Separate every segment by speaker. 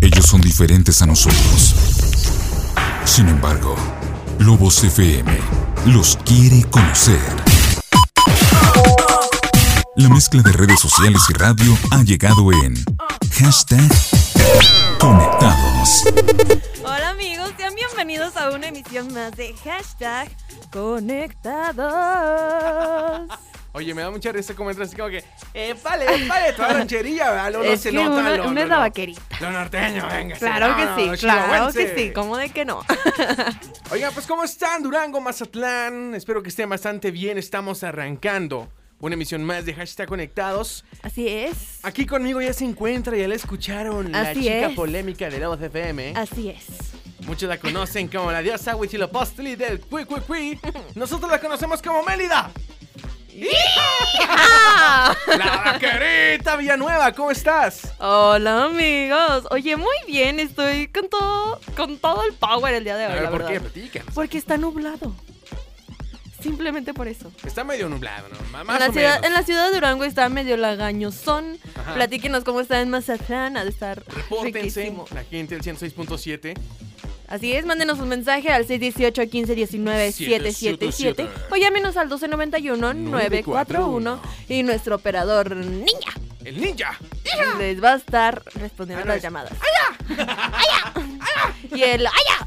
Speaker 1: Ellos son diferentes a nosotros. Sin embargo, Lobos FM los quiere conocer. La mezcla de redes sociales y radio ha llegado en hashtag conectados.
Speaker 2: Hola amigos, sean bienvenidos a una emisión más de hashtag conectados.
Speaker 3: Oye, me da mucha risa como entras así como que, eh, vale, vale, toda ranchería, ¿verdad? Lo, no Ah,
Speaker 2: es
Speaker 3: se
Speaker 2: que
Speaker 3: nota,
Speaker 2: una,
Speaker 3: lo,
Speaker 2: una
Speaker 3: lo-
Speaker 2: es la vaquerita.
Speaker 3: lo norteño, venga.
Speaker 2: Claro
Speaker 3: no,
Speaker 2: que
Speaker 3: no,
Speaker 2: sí, claro que
Speaker 3: chihuahuense.
Speaker 2: sí, ¿cómo de que no?
Speaker 3: Oiga, pues ¿cómo están Durango, Mazatlán? Espero que estén bastante bien, estamos arrancando una emisión más de Hashtag Conectados.
Speaker 2: Así es,
Speaker 3: Aquí conmigo ya se encuentra, ya la escucharon, la
Speaker 2: Así
Speaker 3: chica
Speaker 2: es.
Speaker 3: polémica de la FM.
Speaker 2: así es.
Speaker 3: Muchos la conocen como la diosa Huitzilopochtli del Cui Cui Cui. Nosotros la conocemos como Mélida.
Speaker 2: ¡Ah!
Speaker 3: La vaquerita Villanueva, ¿cómo estás?
Speaker 2: Hola amigos, oye, muy bien, estoy con todo, con todo el power el día de hoy,
Speaker 3: A ver,
Speaker 2: la
Speaker 3: ¿por qué?
Speaker 2: verdad.
Speaker 3: Platícanos.
Speaker 2: Porque está nublado. Simplemente por eso.
Speaker 3: Está medio nublado, ¿no? M- Más
Speaker 2: En la,
Speaker 3: o
Speaker 2: ciudad,
Speaker 3: menos.
Speaker 2: en la ciudad de Durango está medio lagañosón.
Speaker 3: Ajá.
Speaker 2: Platíquenos cómo está en Mazatlán. Ha de estar
Speaker 3: Repórtense,
Speaker 2: riquísimo.
Speaker 3: la gente del 106.7.
Speaker 2: Así es, mándenos un mensaje al 618 15 19 777 o llámenos al 1291 941 y nuestro operador Niña
Speaker 3: ¡El ninja!
Speaker 2: les va a estar respondiendo
Speaker 3: Ah, no,
Speaker 2: las
Speaker 3: es-
Speaker 2: llamadas. ¡Allá! ¡Allá! Y el ¡Allá!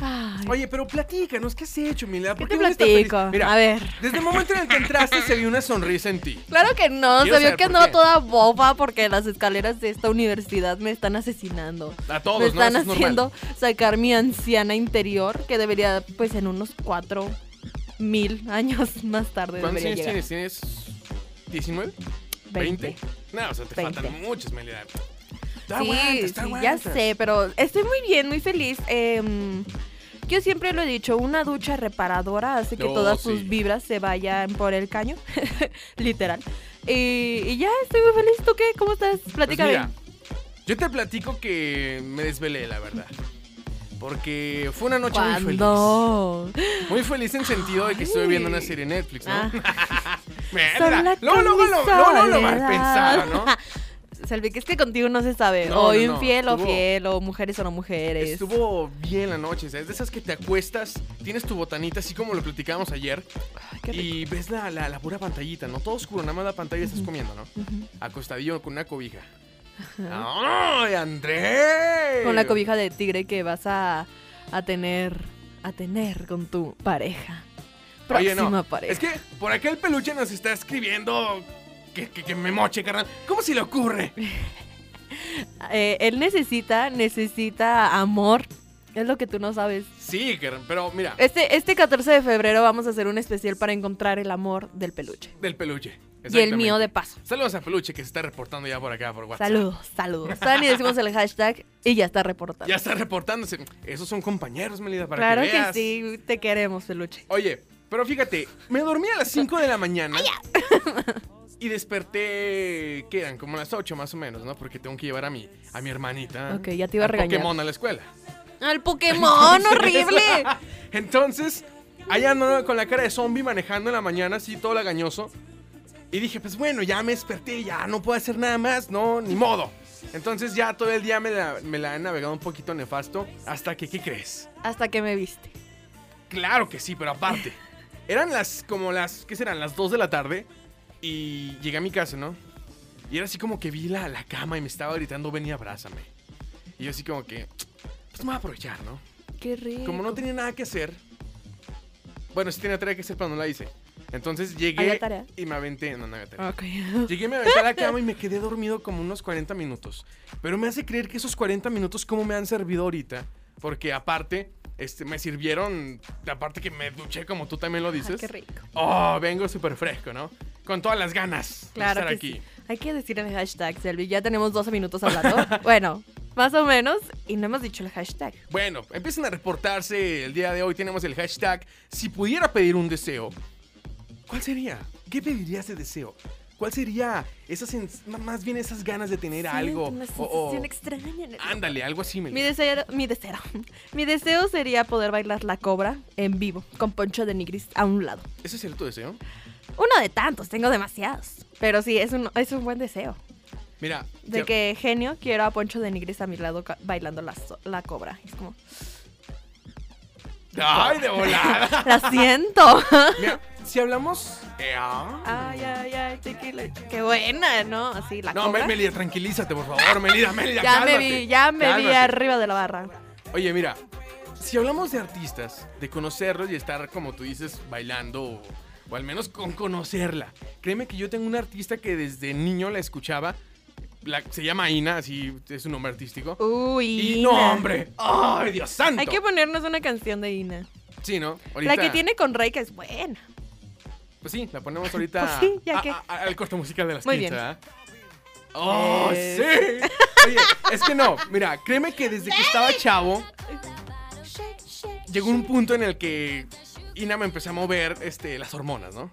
Speaker 2: Ay,
Speaker 3: Oye, pero platícanos, ¿qué has hecho, Mila?
Speaker 2: ¿Qué
Speaker 3: ¿Por
Speaker 2: te
Speaker 3: uno está feliz?
Speaker 2: platico?
Speaker 3: Mira,
Speaker 2: A ver.
Speaker 3: desde el momento en el que entraste se vio una sonrisa en ti.
Speaker 2: Claro que no, se
Speaker 3: Quiero
Speaker 2: vio
Speaker 3: saber
Speaker 2: que
Speaker 3: por
Speaker 2: andaba
Speaker 3: qué.
Speaker 2: toda boba porque las escaleras de esta universidad me están asesinando.
Speaker 3: A todos,
Speaker 2: me
Speaker 3: ¿no?
Speaker 2: están
Speaker 3: Eso es normal.
Speaker 2: haciendo sacar mi anciana interior que debería, pues en unos cuatro mil años más tarde
Speaker 3: ¿Cuántos
Speaker 2: debería
Speaker 3: años
Speaker 2: llegar.
Speaker 3: tienes? ¿Tienes 19?
Speaker 2: Veinte.
Speaker 3: No, o sea, te
Speaker 2: Veinte.
Speaker 3: faltan muchos, Melida. Tú
Speaker 2: Sí,
Speaker 3: aguantas, tú
Speaker 2: sí, ya
Speaker 3: aguantas.
Speaker 2: sé, pero estoy muy bien, muy feliz. Em, yo siempre lo he dicho, una ducha reparadora hace que
Speaker 3: Oh,
Speaker 2: todas
Speaker 3: sí.
Speaker 2: sus vibras se vayan por el caño, literal. Y, y ya estoy muy feliz. ¿Tú qué? ¿Cómo estás?
Speaker 3: Pues
Speaker 2: Platícame.
Speaker 3: mira, yo te platico que me desvelé, la verdad. Porque fue una noche
Speaker 2: ¿Cuándo?
Speaker 3: muy feliz. Muy feliz en sentido de que estuve
Speaker 2: Ay.
Speaker 3: viendo una serie en Netflix, ¿no?
Speaker 2: Ah.
Speaker 3: Mira,
Speaker 2: Sola
Speaker 3: luego,
Speaker 2: con
Speaker 3: luego,
Speaker 2: mi
Speaker 3: luego, luego, luego lo mal
Speaker 2: soledad.
Speaker 3: pensado, ¿no?
Speaker 2: Salvi, que es que contigo no se sabe.
Speaker 3: No,
Speaker 2: o
Speaker 3: no, no,
Speaker 2: infiel o
Speaker 3: estuvo-
Speaker 2: fiel, o mujeres o no mujeres.
Speaker 3: Estuvo bien la noche, ¿sabes? De esas que te acuestas, tienes tu botanita, así como lo platicábamos ayer,
Speaker 2: Ay, qué rico.
Speaker 3: y ves la, la, la pura pantallita, ¿no? Todo oscuro, nada más la pantalla estás comiendo, ¿no?
Speaker 2: Ujú.
Speaker 3: Acostadillo con una cobija. ¡Ay, Andrés!
Speaker 2: Con la cobija de tigre que vas a, a tener a tener con tu pareja.
Speaker 3: Oye,
Speaker 2: Próxima
Speaker 3: no.
Speaker 2: pareja.
Speaker 3: Es que por acá el peluche nos está escribiendo que, que, que me moche, carnal. ¿Cómo se le ocurre?
Speaker 2: Eh, él necesita, necesita amor. Es lo que tú no sabes.
Speaker 3: Sí, carnal, pero mira,
Speaker 2: Este, este 14 de febrero vamos a hacer un especial para encontrar el amor del peluche.
Speaker 3: del peluche.
Speaker 2: Y el mío de
Speaker 3: Exactamente.
Speaker 2: paso.
Speaker 3: Saludos a Peluche que se está reportando ya por acá por WhatsApp.
Speaker 2: Saludos, saludos. Todavía ni decimos el hashtag y ya está reportado.
Speaker 3: Ya está reportándose. Esos son compañeros, Melida, para
Speaker 2: claro
Speaker 3: que
Speaker 2: que,
Speaker 3: veas.
Speaker 2: sí, te queremos, peluche.
Speaker 3: Oye, pero fíjate, me dormí a las 5 de la mañana. y desperté, que eran como las 8 más o menos, ¿no? Porque tengo que llevar a mi, a mi hermanita.
Speaker 2: Ok, ya te iba a
Speaker 3: al
Speaker 2: regañar.
Speaker 3: Pokémon a la escuela.
Speaker 2: ¡El Pokémon! ¡Horrible!
Speaker 3: Entonces, allá ando con la cara de zombie manejando en la mañana, así todo lagañoso. Y dije, pues bueno, ya me desperté, ya no puedo hacer nada más, no, ni modo. Entonces ya todo el día me la, me la he navegado un poquito nefasto. Hasta que, ¿qué crees?
Speaker 2: Hasta que me viste.
Speaker 3: Claro que sí, pero aparte. Eran las, como las, ¿qué serán? Las 2 de la tarde. Y llegué a mi casa, ¿no? Y era así como que vi la, la cama y me estaba gritando, ven y abrázame. Y yo así como que, pues me voy a aprovechar, ¿no?
Speaker 2: ¡Qué rico!
Speaker 3: Como no tenía nada que hacer. Bueno, sí tenía tarea que hacer, pero no la hice. Entonces llegué
Speaker 2: ¿Había tarea?
Speaker 3: y me aventé. No, no había tarea.
Speaker 2: Ok.
Speaker 3: Llegué, me aventé a la cama y me quedé dormido como unos 40 minutos. Pero me hace creer que esos 40 minutos, ¿cómo me han servido ahorita? Porque aparte, este, me sirvieron. Aparte que me duché, como tú también lo
Speaker 2: Ay,
Speaker 3: dices.
Speaker 2: ¡Qué rico!
Speaker 3: Oh, vengo súper fresco, ¿no? Con todas las ganas
Speaker 2: Claro
Speaker 3: de estar
Speaker 2: que
Speaker 3: aquí.
Speaker 2: sí. Hay que decir el hashtag, Selvi. Ya tenemos 12 minutos hablando. bueno, más o menos. Y no hemos dicho el hashtag.
Speaker 3: Bueno, empiecen a reportarse. El día de hoy tenemos el hashtag. Si pudiera pedir un deseo, ¿cuál sería? ¿Qué pedirías de deseo? ¿Cuál sería esas sens- m- más bien esas ganas de tener algo?
Speaker 2: Siento Una
Speaker 3: O-
Speaker 2: sensación
Speaker 3: o-
Speaker 2: extraña. en el-
Speaker 3: ándale, algo así.
Speaker 2: Mi
Speaker 3: Meli.
Speaker 2: deseo, mi deseo, mi deseo sería poder bailar la cobra en vivo con Poncho de Nigris a un lado.
Speaker 3: ¿Ese es el tu deseo?
Speaker 2: Uno de tantos, tengo demasiados. Pero sí, es un, es un buen deseo.
Speaker 3: Mira.
Speaker 2: De
Speaker 3: ya-
Speaker 2: que genio, quiero a Poncho de Nigris a mi lado ca- bailando la, so- la cobra. Es como,
Speaker 3: ¡Ay, de volada!
Speaker 2: la siento.
Speaker 3: Mira, si hablamos. Eh, ah.
Speaker 2: ay, ay, ay, tequila. Qué buena, ¿no? Así, la
Speaker 3: No,
Speaker 2: cobra.
Speaker 3: Mel- Melida, tranquilízate, por favor. Melida, Melida,
Speaker 2: Ah, ya
Speaker 3: cálmate,
Speaker 2: me vi, ya me vi
Speaker 3: cálmate.
Speaker 2: arriba de la barra.
Speaker 3: Oye, mira, si hablamos de artistas, de conocerlos y estar, como tú dices, bailando o, o al menos con conocerla. Créeme que yo tengo una artista que desde niño la escuchaba. la- se llama Ina, así es su nombre artístico.
Speaker 2: Uy,
Speaker 3: Y no,
Speaker 2: Ina.
Speaker 3: hombre. ¡Ay, Dios santo!
Speaker 2: Hay que ponernos una canción de Ina.
Speaker 3: Sí, ¿no?
Speaker 2: La que tiene con Rey, que es buena.
Speaker 3: Pues sí, la ponemos ahorita.
Speaker 2: Pues sí, ya
Speaker 3: a-
Speaker 2: que-
Speaker 3: a- a- al corto musical de las
Speaker 2: Muy
Speaker 3: 15,
Speaker 2: bien.
Speaker 3: ¿verdad? ¡Oh,
Speaker 2: Eh.
Speaker 3: sí! Oye, es que no, mira, créeme que desde que estaba chavo, llegó un punto en el que Ina me empezó a mover este, las hormonas, ¿no?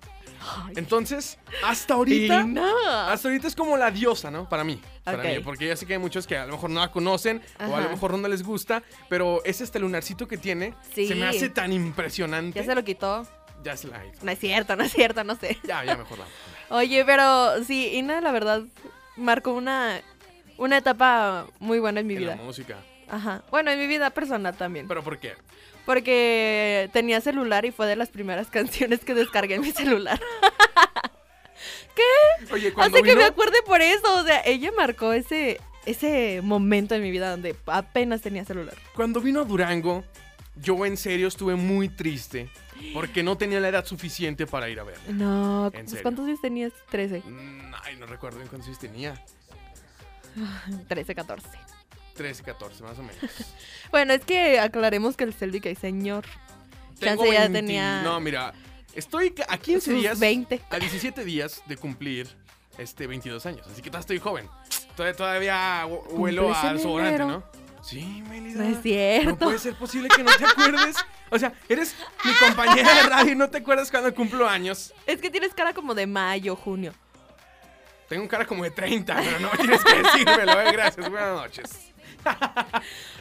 Speaker 3: Entonces, hasta ahorita.
Speaker 2: Ina.
Speaker 3: Hasta ahorita es como la diosa, ¿no? Para mí. Para
Speaker 2: Ok.
Speaker 3: mí, porque ya sé que hay muchos que a lo mejor no la conocen o a
Speaker 2: Ajá.
Speaker 3: lo mejor no les gusta, pero es este lunarcito que tiene.
Speaker 2: Sí.
Speaker 3: Se me hace tan impresionante.
Speaker 2: Ya se lo quitó.
Speaker 3: Ya se la hizo.
Speaker 2: No es cierto, no es cierto, no sé.
Speaker 3: Ya, ya mejor la.
Speaker 2: Oye, pero sí, Ina, la verdad, marcó una, una etapa muy buena en mi
Speaker 3: en
Speaker 2: vida.
Speaker 3: la música.
Speaker 2: Ajá. Bueno, en mi vida personal también.
Speaker 3: ¿Pero por qué?
Speaker 2: Porque tenía celular y fue de las primeras canciones que descargué en mi celular.
Speaker 3: Oye, cuando
Speaker 2: Así que
Speaker 3: vino-
Speaker 2: me acuerde por eso. O sea, ella marcó ese, ese momento en mi vida donde apenas tenía celular.
Speaker 3: Cuando vino a Durango, yo en serio estuve muy triste porque no tenía la edad suficiente para ir a ver.
Speaker 2: No,
Speaker 3: ¿En
Speaker 2: pues,
Speaker 3: serio?
Speaker 2: ¿cuántos años tenías? 13,
Speaker 3: Mm, Ay, no recuerdo bien cuántos años tenía.
Speaker 2: 13, 14.
Speaker 3: 13, 14, más o menos.
Speaker 2: Bueno, es que aclaremos que el Celtic es señor.
Speaker 3: Tengo
Speaker 2: Chance ya
Speaker 3: 20.
Speaker 2: tenía-
Speaker 3: No, mira, estoy ca- a 15
Speaker 2: Sus
Speaker 3: días.
Speaker 2: 20.
Speaker 3: A 17 días de cumplir este 22 años. Así que todavía estoy joven. Todavía, todavía hu- huelo
Speaker 2: Cumples en
Speaker 3: al sobrante,
Speaker 2: enero.
Speaker 3: ¿no? Sí, Melida.
Speaker 2: No es
Speaker 3: Ah. No
Speaker 2: cierto.
Speaker 3: puede ser posible que no te acuerdes. O sea, eres mi compañera de radio y no te acuerdas cuando cumplo años.
Speaker 2: Es que tienes cara como de mayo, junio.
Speaker 3: Tengo un cara como de 30, pero no tienes que decírmelo, eh. Gracias, buenas noches.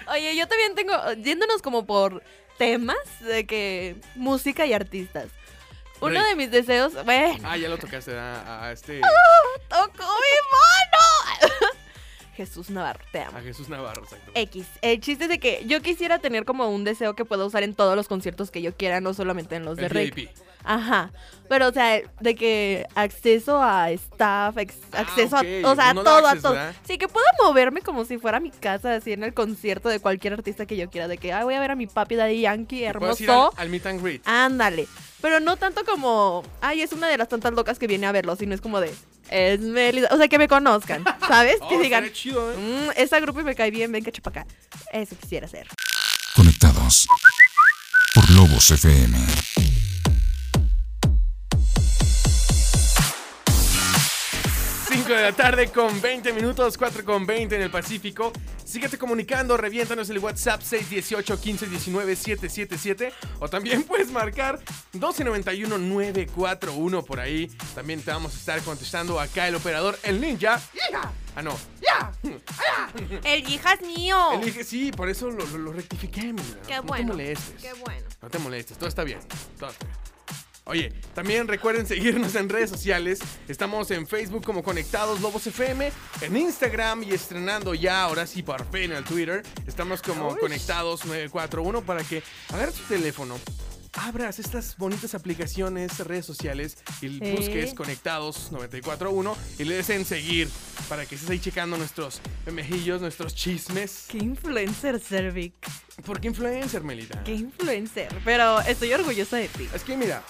Speaker 2: Oye, yo también tengo, yéndonos como por temas de que música y artistas. Uno
Speaker 3: Rey.
Speaker 2: de mis deseos, bueno,
Speaker 3: Ah, ya lo tocaste a, a este.
Speaker 2: tocó mi mano. Jesús Navarro, te amo.
Speaker 3: A Jesús Navarro, exacto.
Speaker 2: X. El chiste es de que yo quisiera tener como un deseo que pueda usar en todos los conciertos que yo quiera, no solamente en los de
Speaker 3: El
Speaker 2: Rey.
Speaker 3: VIP.
Speaker 2: Ajá. Pero, o sea, de que acceso a staff, ex-
Speaker 3: Ah,
Speaker 2: acceso
Speaker 3: ok.
Speaker 2: a. O sea,
Speaker 3: No
Speaker 2: a
Speaker 3: da
Speaker 2: todo, a
Speaker 3: acceso,
Speaker 2: todo.
Speaker 3: ¿verdad?
Speaker 2: Sí, que pueda moverme como si fuera mi casa, así en el concierto de cualquier artista que yo quiera. De que, ay, voy a ver a mi papi Daddy Yankee,
Speaker 3: Puedes ir al,
Speaker 2: hermoso.
Speaker 3: al meet and greet.
Speaker 2: Ándale. Pero no tanto como, ay, es una de las tantas locas que viene a verlo, sino es como de. Es Melida. O sea, que me conozcan, ¿sabes?
Speaker 3: Oh,
Speaker 2: que digan,
Speaker 3: estaría chido, ¿eh?
Speaker 2: "Mm, esa grupo me cae bien, venga, chapa acá. Eso quisiera hacer.
Speaker 1: Conectados por Lobos FM.
Speaker 3: Cinco de la tarde con 20 minutos, 4 con 20 en el Pacífico. Síguete comunicando, reviéntanos el WhatsApp 618 1519 777 o también puedes marcar 1291 941 por ahí. También te vamos a estar contestando acá el operador, el ninja. Ah, no.
Speaker 2: El hija es mío.
Speaker 3: Él dije, sí, por eso lo, lo- lo rectifiqué, mi vida.
Speaker 2: Oh. Qué
Speaker 3: no
Speaker 2: bueno,
Speaker 3: te molestes.
Speaker 2: qué bueno.
Speaker 3: No te molestes, todo está bien. Todo está bien. Oye, también recuerden seguirnos en redes sociales. Estamos en Facebook como Conectados Lobos FM, en Instagram y estrenando ya, ahora sí, por fin en el Twitter. Estamos como
Speaker 2: Uy.
Speaker 3: Conectados 941 para que agarres tu teléfono, abras estas bonitas aplicaciones, redes sociales y
Speaker 2: Eh.
Speaker 3: busques Conectados 941 y le des en seguir para que estés ahí checando nuestros mejillos, nuestros chismes.
Speaker 2: Qué influencer, Cervic.
Speaker 3: ¿Por qué influencer, Melita?
Speaker 2: Qué influencer. Pero estoy orgullosa de ti.
Speaker 3: Es que mira,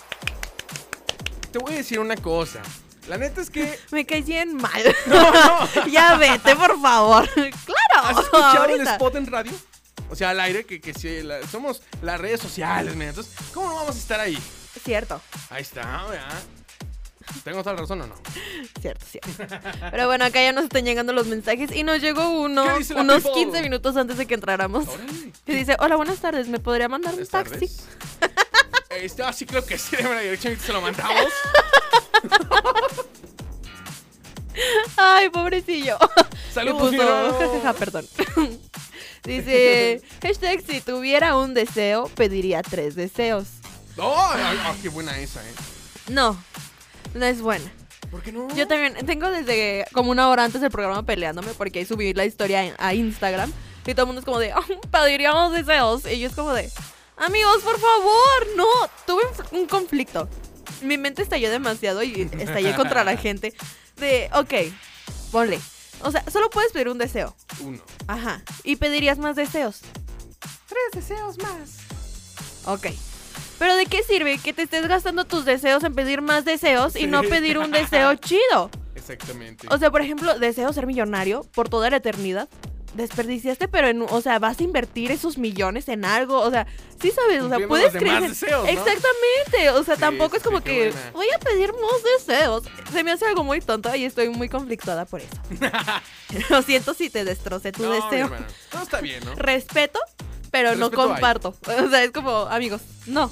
Speaker 3: te voy a decir una cosa. La neta es que.
Speaker 2: Me caí bien mal.
Speaker 3: No, no.
Speaker 2: ya vete, por favor. claro.
Speaker 3: ¿Has escuchado el
Speaker 2: ahorita.
Speaker 3: spot en radio? O sea, al aire, que, que sí, la- somos las redes sociales, mira. Entonces, ¿cómo no vamos a estar ahí?
Speaker 2: Cierto,
Speaker 3: Ahí está, ¿verdad? ¿Tengo toda la razón o no?
Speaker 2: cierto, cierto. Pero bueno, acá ya nos están llegando los mensajes y nos llegó uno
Speaker 3: ¿Qué dice la
Speaker 2: unos
Speaker 3: people?
Speaker 2: 15 minutos antes de que entráramos.
Speaker 3: Órale.
Speaker 2: Y dice, hola, buenas tardes, ¿me podría mandar un
Speaker 3: Buenas
Speaker 2: taxi?
Speaker 3: tardes. Este, ah, sí, creo que sí, dame la dirección y se lo mandamos.
Speaker 2: Ay, pobrecillo.
Speaker 3: Saludos,
Speaker 2: Y puso,
Speaker 3: Miro.
Speaker 2: jajaja, perdón. Dice, hashtag, si tuviera un deseo, pediría tres deseos.
Speaker 3: ah, ¡Oh! ay, ay, qué buena esa, ¿eh?
Speaker 2: No, no es buena.
Speaker 3: ¿Por qué no?
Speaker 2: Yo también tengo desde como una hora antes del programa peleándome porque ahí subí la historia en- a Instagram y todo el mundo es como de, "Oh, pediríamos deseos. Y yo es como de, amigos, por favor, no. Tuve un fr- un conflicto. Mi mente estalló demasiado y estallé contra la gente. De, ok, ponle. O sea, solo puedes pedir un deseo.
Speaker 3: Uno.
Speaker 2: Ajá. Y pedirías más deseos.
Speaker 3: Tres deseos más.
Speaker 2: Ok. Pero ¿de qué sirve que te estés gastando tus deseos en pedir más deseos y no
Speaker 3: Sí.
Speaker 2: pedir un deseo chido?
Speaker 3: Exactamente.
Speaker 2: O sea, por ejemplo, deseo ser millonario por toda la eternidad. Desperdiciaste, pero en, o sea, vas a invertir esos millones en algo, o sea, sí sabes, o sea,
Speaker 3: Cumpliendo
Speaker 2: puedes
Speaker 3: los demás
Speaker 2: creer.
Speaker 3: deseos, ¿no?
Speaker 2: Exactamente, o sea,
Speaker 3: Sí,
Speaker 2: tampoco
Speaker 3: sí,
Speaker 2: es como
Speaker 3: sí, qué
Speaker 2: que
Speaker 3: buena.
Speaker 2: voy a pedir más deseos. Se me hace algo muy tonto y estoy muy conflictuada por eso. Lo siento si te destrocé tu
Speaker 3: No, mi
Speaker 2: deseo.
Speaker 3: hermana, todo está bien, ¿no?
Speaker 2: Respeto, pero no
Speaker 3: Respeto hay.
Speaker 2: comparto. O sea, es como, amigos, no.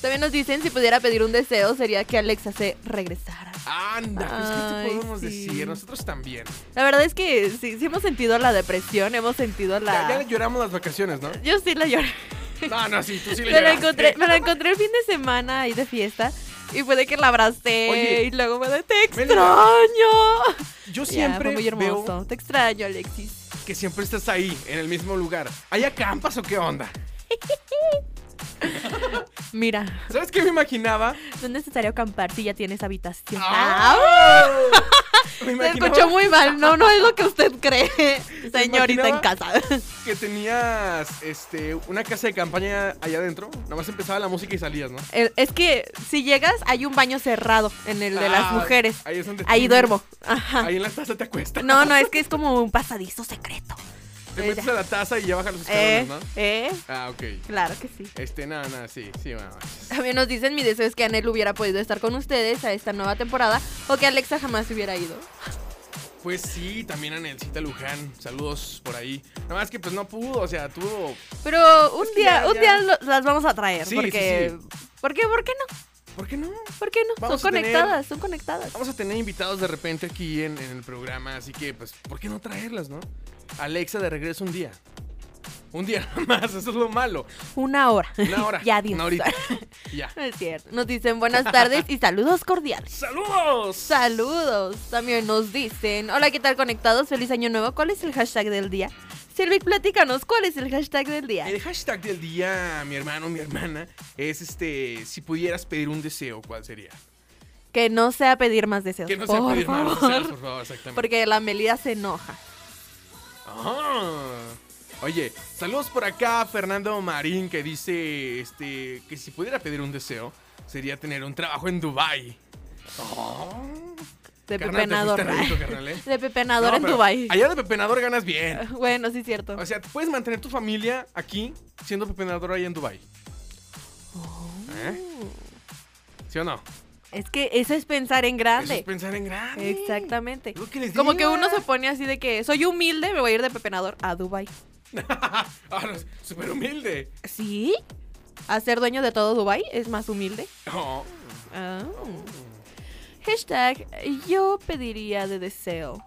Speaker 2: También nos dicen si pudiera pedir un deseo sería que Alexa se regresara.
Speaker 3: Anda, pues, ¿qué
Speaker 2: Ay,
Speaker 3: te podemos
Speaker 2: sí.
Speaker 3: decir? Nosotros también.
Speaker 2: La verdad es que sí, sí hemos sentido la depresión, hemos sentido
Speaker 3: Ya, ya
Speaker 2: la...
Speaker 3: le lloramos las vacaciones, ¿no?
Speaker 2: Yo sí la lloré.
Speaker 3: No, no, sí, tú sí le
Speaker 2: Me la,
Speaker 3: lloraste. Eh,
Speaker 2: encontré, me la encontré el fin de semana ahí de fiesta y fue de que la abracé
Speaker 3: Oye,
Speaker 2: y luego me de, te
Speaker 3: Melina.
Speaker 2: extraño.
Speaker 3: Yo
Speaker 2: Ya,
Speaker 3: siempre
Speaker 2: fue muy hermoso.
Speaker 3: veo
Speaker 2: Te extraño, Alexis.
Speaker 3: que siempre estás ahí, en el mismo lugar. ¿Hay acampas o qué onda?
Speaker 2: Mira,
Speaker 3: ¿Sabes qué me imaginaba?
Speaker 2: no es necesario acampar si ya tienes habitación. Ah,
Speaker 3: ¡Ah! Me
Speaker 2: se
Speaker 3: imaginaba
Speaker 2: escuchó muy mal, no, no es lo que usted cree, señorita en
Speaker 3: imaginaba?
Speaker 2: casa.
Speaker 3: que tenías este, una casa de campaña allá adentro. Nada más empezaba la música y salías, ¿no?
Speaker 2: El- Es que si llegas hay un baño cerrado en el de las
Speaker 3: Ah,
Speaker 2: mujeres.
Speaker 3: Ahí es donde
Speaker 2: Ahí
Speaker 3: tú-
Speaker 2: duermo. Ajá.
Speaker 3: Ahí en la taza te acuestas.
Speaker 2: No, no, es que es como un pasadizo secreto.
Speaker 3: Te
Speaker 2: Eh,
Speaker 3: metes
Speaker 2: ya.
Speaker 3: a la taza y ya bajas los
Speaker 2: Eh,
Speaker 3: escalones, Pues ¿no?
Speaker 2: eh,
Speaker 3: Ah, ok.
Speaker 2: claro que sí.
Speaker 3: Este, nada, nada, sí, sí, bueno.
Speaker 2: También nos dicen, mi deseo es que Anel hubiera podido estar con ustedes a esta nueva temporada o que Alexa jamás hubiera ido.
Speaker 3: Pues sí, también Anelcita Luján. Saludos por ahí. Nada más que pues no pudo, o sea, tuvo.
Speaker 2: Pero un
Speaker 3: Es que
Speaker 2: día,
Speaker 3: ya-
Speaker 2: un
Speaker 3: ya.
Speaker 2: día lo- las vamos a traer.
Speaker 3: Sí,
Speaker 2: porque,
Speaker 3: sí,
Speaker 2: ¿Por qué? ¿Por qué no?
Speaker 3: ¿Por qué no?
Speaker 2: ¿Por qué no?
Speaker 3: Vamos
Speaker 2: son
Speaker 3: a tener-
Speaker 2: conectadas, son conectadas.
Speaker 3: Vamos a tener invitados de repente aquí en, en el programa, así que pues, ¿por qué no traerlas, no? Alexa de regreso un día. Un día nada más, eso es lo malo.
Speaker 2: Una hora.
Speaker 3: Una hora.
Speaker 2: ya adiós.
Speaker 3: Una horita. Ya.
Speaker 2: No es cierto. Nos dicen buenas tardes y saludos cordiales.
Speaker 3: ¡Saludos!
Speaker 2: Saludos. También nos dicen, hola, ¿qué tal conectados? Feliz año nuevo. ¿Cuál es el hashtag del día? Silvic, platícanos, ¿cuál es el hashtag del día?
Speaker 3: El hashtag del día, mi hermano, mi hermana, es este, si pudieras pedir un deseo, ¿cuál sería?
Speaker 2: Que no sea pedir más deseos.
Speaker 3: Que no sea
Speaker 2: por
Speaker 3: pedir
Speaker 2: favor.
Speaker 3: más deseos, por favor, exactamente.
Speaker 2: Porque la Melida se enoja.
Speaker 3: Ah. Oye, saludos por acá a Fernando Marín que dice este que si pudiera pedir un deseo sería tener un trabajo en Dubai.
Speaker 2: De pepenador.
Speaker 3: ¿eh?
Speaker 2: De pepenador en Ah. Dubai.
Speaker 3: Allá de pepenador ganas bien.
Speaker 2: Bueno, sí es cierto.
Speaker 3: O sea, puedes mantener tu familia aquí siendo pepenador allá en Dubai.
Speaker 2: Oh.
Speaker 3: ¿Eh? ¿Sí o no?
Speaker 2: Es que eso es pensar en
Speaker 3: Eso es
Speaker 2: grande.
Speaker 3: pensar en grande.
Speaker 2: Exactamente.
Speaker 3: Es lo que les
Speaker 2: Como que
Speaker 3: digo.
Speaker 2: uno se pone así de que soy humilde, me voy a ir de pepenador a Dubai.
Speaker 3: Ahora, Ah, súper humilde.
Speaker 2: ¿Sí? ¿Hacer dueño de todo Dubai es más humilde?
Speaker 3: Oh.
Speaker 2: Ah. Hashtag, yo pediría de deseo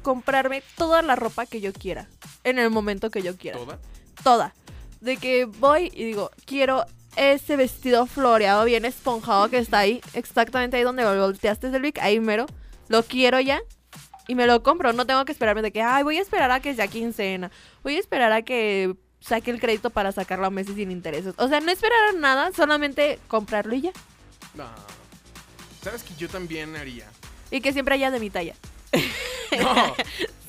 Speaker 2: comprarme toda la ropa que yo quiera, en el momento que yo quiera.
Speaker 3: ¿Toda?
Speaker 2: Toda. De que voy y digo, quiero ese vestido floreado, bien esponjado que está ahí, exactamente ahí donde volteaste el Vic, ahí mero, lo quiero ya. Y me lo compro, no tengo que esperarme de que, ay, voy a esperar a que sea quincena, voy a esperar a que saque el crédito para sacarlo a meses sin intereses. O sea, no esperar a nada, solamente comprarlo y ya.
Speaker 3: No. ¿Sabes que yo también haría?
Speaker 2: Y que siempre haya de mi talla.
Speaker 3: No.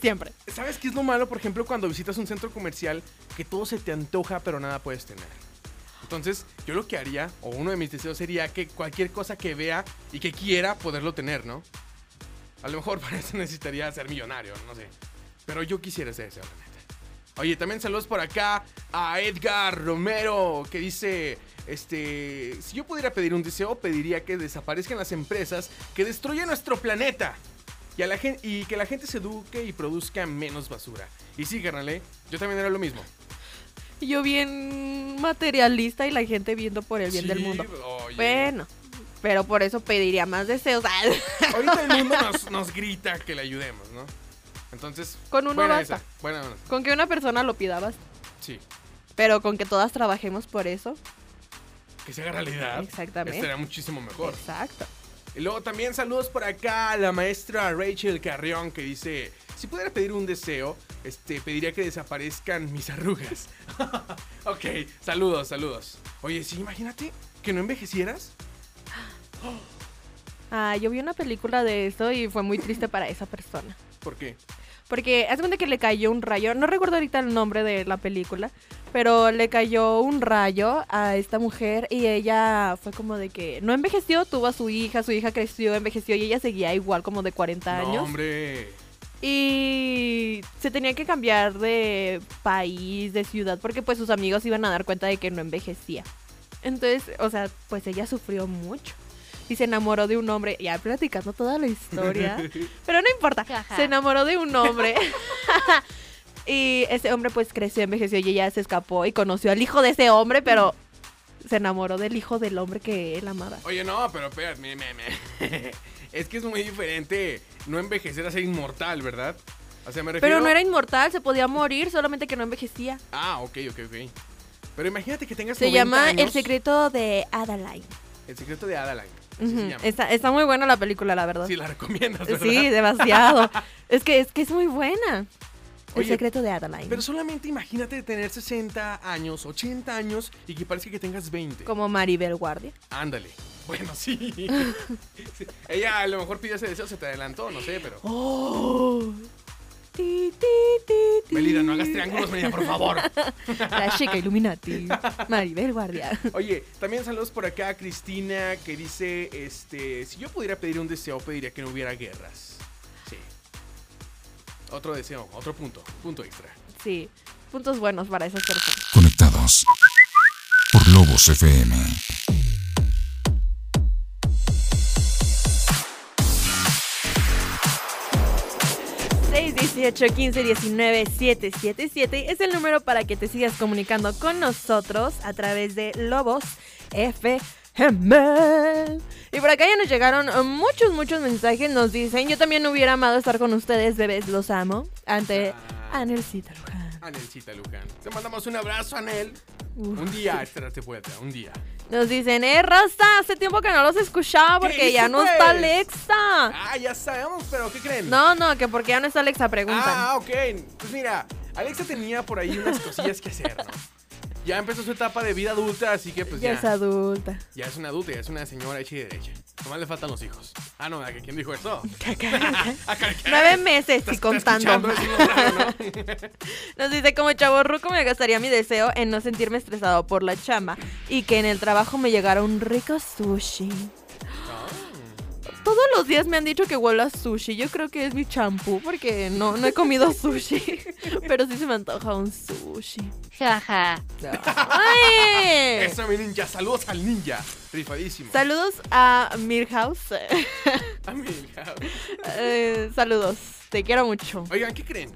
Speaker 2: Siempre.
Speaker 3: ¿Sabes qué es lo malo, por ejemplo, cuando visitas un centro comercial que todo se te antoja, pero nada puedes tener? Entonces, yo lo que haría, o uno de mis deseos sería que cualquier cosa que vea y que quiera, poderlo tener, ¿no? A lo mejor para eso necesitaría ser millonario, no sé. Pero yo quisiera ese deseo, la neta. Oye, también saludos por acá a Edgar Romero, que dice, este, si yo pudiera pedir un deseo, pediría que desaparezcan las empresas que destruyen nuestro planeta. Y, a la gen- y que la gente se eduque y produzca menos basura. Y sí, carnal, ¿eh? yo también era lo mismo.
Speaker 2: Yo bien materialista y la gente viendo por el bien
Speaker 3: Sí,
Speaker 2: del mundo.
Speaker 3: oye.
Speaker 2: Bueno, pero por eso pediría más deseos. Ah,
Speaker 3: Ahorita el mundo nos, nos grita que le ayudemos, ¿no? Entonces,
Speaker 2: Con uno
Speaker 3: buena
Speaker 2: basta.
Speaker 3: esa, buena, buena,
Speaker 2: con que una persona lo pidabas,
Speaker 3: sí.
Speaker 2: pero con que todas trabajemos por eso.
Speaker 3: Que se haga realidad.
Speaker 2: Exactamente.
Speaker 3: Será muchísimo mejor.
Speaker 2: Exacto.
Speaker 3: Y luego también saludos por acá a la maestra Rachel Carrión que dice, si pudiera pedir un deseo, este, pediría que desaparezcan mis arrugas. ok, saludos, saludos. Oye, sí, imagínate que no envejecieras.
Speaker 2: Ah, yo vi una película de eso y fue muy triste para esa persona.
Speaker 3: ¿Por qué?
Speaker 2: Porque hace cuenta que le cayó un rayo, no recuerdo ahorita el nombre de la película, pero le cayó un rayo a esta mujer y ella fue como de que no envejeció, tuvo a su hija, su hija creció, envejeció y ella seguía igual como de 40 años.
Speaker 3: No, hombre.
Speaker 2: Y se tenía que cambiar de país, de ciudad, porque pues sus amigos iban a dar cuenta de que no envejecía. Entonces, o sea, pues ella sufrió mucho. Y se enamoró de un hombre, ya platicando toda la historia. pero no importa,
Speaker 4: Ajá.
Speaker 2: se enamoró de un hombre. y ese hombre pues creció, envejeció y ella se escapó y conoció al hijo de ese hombre, pero se enamoró del hijo del hombre que él amaba.
Speaker 3: Oye, no, pero espérate, me, me, me. es que es muy diferente no envejecer a ser inmortal, ¿verdad? O sea, me refiero...
Speaker 2: Pero no era inmortal, se podía morir, solamente que no envejecía.
Speaker 3: Ah, ok, ok, ok. Pero imagínate que tengas
Speaker 2: Se
Speaker 3: 90
Speaker 2: llama
Speaker 3: años.
Speaker 2: El secreto de Adeline.
Speaker 3: El secreto de Adaline. Así se
Speaker 2: Ujú,
Speaker 3: llama.
Speaker 2: Está, está muy buena la película, la verdad.
Speaker 3: Si
Speaker 2: Sí,
Speaker 3: la recomiendas, ¿verdad?
Speaker 2: demasiado. es que es que es muy buena. El
Speaker 3: Oye,
Speaker 2: secreto de Adeline.
Speaker 3: Pero solamente imagínate tener 60 años, 80 años y que parezca que tengas 20.
Speaker 2: Como Maribel Guardia.
Speaker 3: Ándale. Bueno, sí. Sí. Ella a lo mejor pidió ese deseo, se te adelantó, no sé,
Speaker 2: Oh,
Speaker 3: pero.
Speaker 2: Ti, ti, ti, ti.
Speaker 3: ¡Oh! Melina, no hagas triángulos, Melina, por favor.
Speaker 2: La chica Illuminati. Maribel Guardia.
Speaker 3: Oye, también saludos por acá a Cristina que dice: Este, si yo pudiera pedir un deseo, pediría que no hubiera guerras. Sí. Otro deseo, otro punto, punto extra.
Speaker 2: Sí. Puntos buenos para esas personas.
Speaker 1: Conectados por Lobos FM.
Speaker 2: seis 18 15 19 777 es el número para que te sigas comunicando con nosotros a través de Lobos FM. Y por acá ya nos llegaron muchos, muchos mensajes. Nos dicen: Yo también hubiera amado estar con ustedes, bebés, los amo. Ante
Speaker 3: Ah.
Speaker 2: Anelcita Luján.
Speaker 3: Anelcita Luján. Te mandamos un abrazo, Anel.
Speaker 2: Uf.
Speaker 3: Un día, espérate, puerta, un día.
Speaker 2: Nos dicen: Eh, raza, hace tiempo que no los escuchaba porque ya
Speaker 3: dice,
Speaker 2: no está
Speaker 3: pues?
Speaker 2: Alexa.
Speaker 3: Ah, ya sabemos, pero ¿qué creen?
Speaker 2: No, no, que porque ya no está Alexa, preguntan.
Speaker 3: Ah, ok. Pues mira, Alexa tenía por ahí unas cosillas que hacer, ¿no? Ya empezó su etapa de vida adulta, así que pues
Speaker 2: ya
Speaker 3: ya.
Speaker 2: es adulta.
Speaker 3: Ya es una adulta, ya es una señora hecha y derecha. Nomás le faltan los hijos. Ah, no, ¿a quién dijo eso?
Speaker 2: Nueve meses y contando.
Speaker 3: Está escuchando, es un hombre, ¿no?
Speaker 2: Nos dice, como chavo ruco me gastaría mi deseo en no sentirme estresado por la chamba y que en el trabajo me llegara un rico sushi. Todos los días me han dicho que huelo a sushi. Yo creo que es mi champú porque no, no he comido sushi. Pero sí se me antoja un sushi.
Speaker 4: Jaja.
Speaker 2: ¡Ay!
Speaker 3: Eso, mi ninja. Saludos al ninja. Rifadísimo. Ah,
Speaker 2: Saludos a Milhouse.
Speaker 3: Amiga.
Speaker 2: Eh, saludos. Te quiero mucho.
Speaker 3: Oigan, ¿qué creen?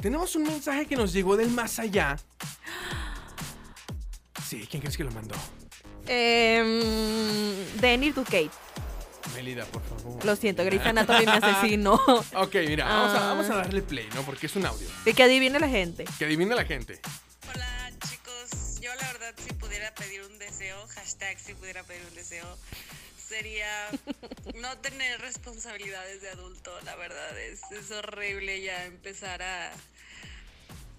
Speaker 3: Tenemos un mensaje que nos llegó del más allá. Sí, ¿quién crees que lo mandó?
Speaker 2: Em, Eh, de Near to Kate.
Speaker 3: Melida, por favor.
Speaker 2: Lo siento, Grey's Anatomy me asesinó.
Speaker 3: Ok, mira, vamos, a,
Speaker 2: Ah.
Speaker 3: vamos a darle play, ¿no? Porque es un audio.
Speaker 2: De que adivine la gente.
Speaker 3: Que adivine la gente.
Speaker 5: Hola chicos, yo la verdad si pudiera pedir un deseo, hashtag si pudiera pedir un deseo, sería no tener responsabilidades de adulto, la verdad es, es horrible ya empezar a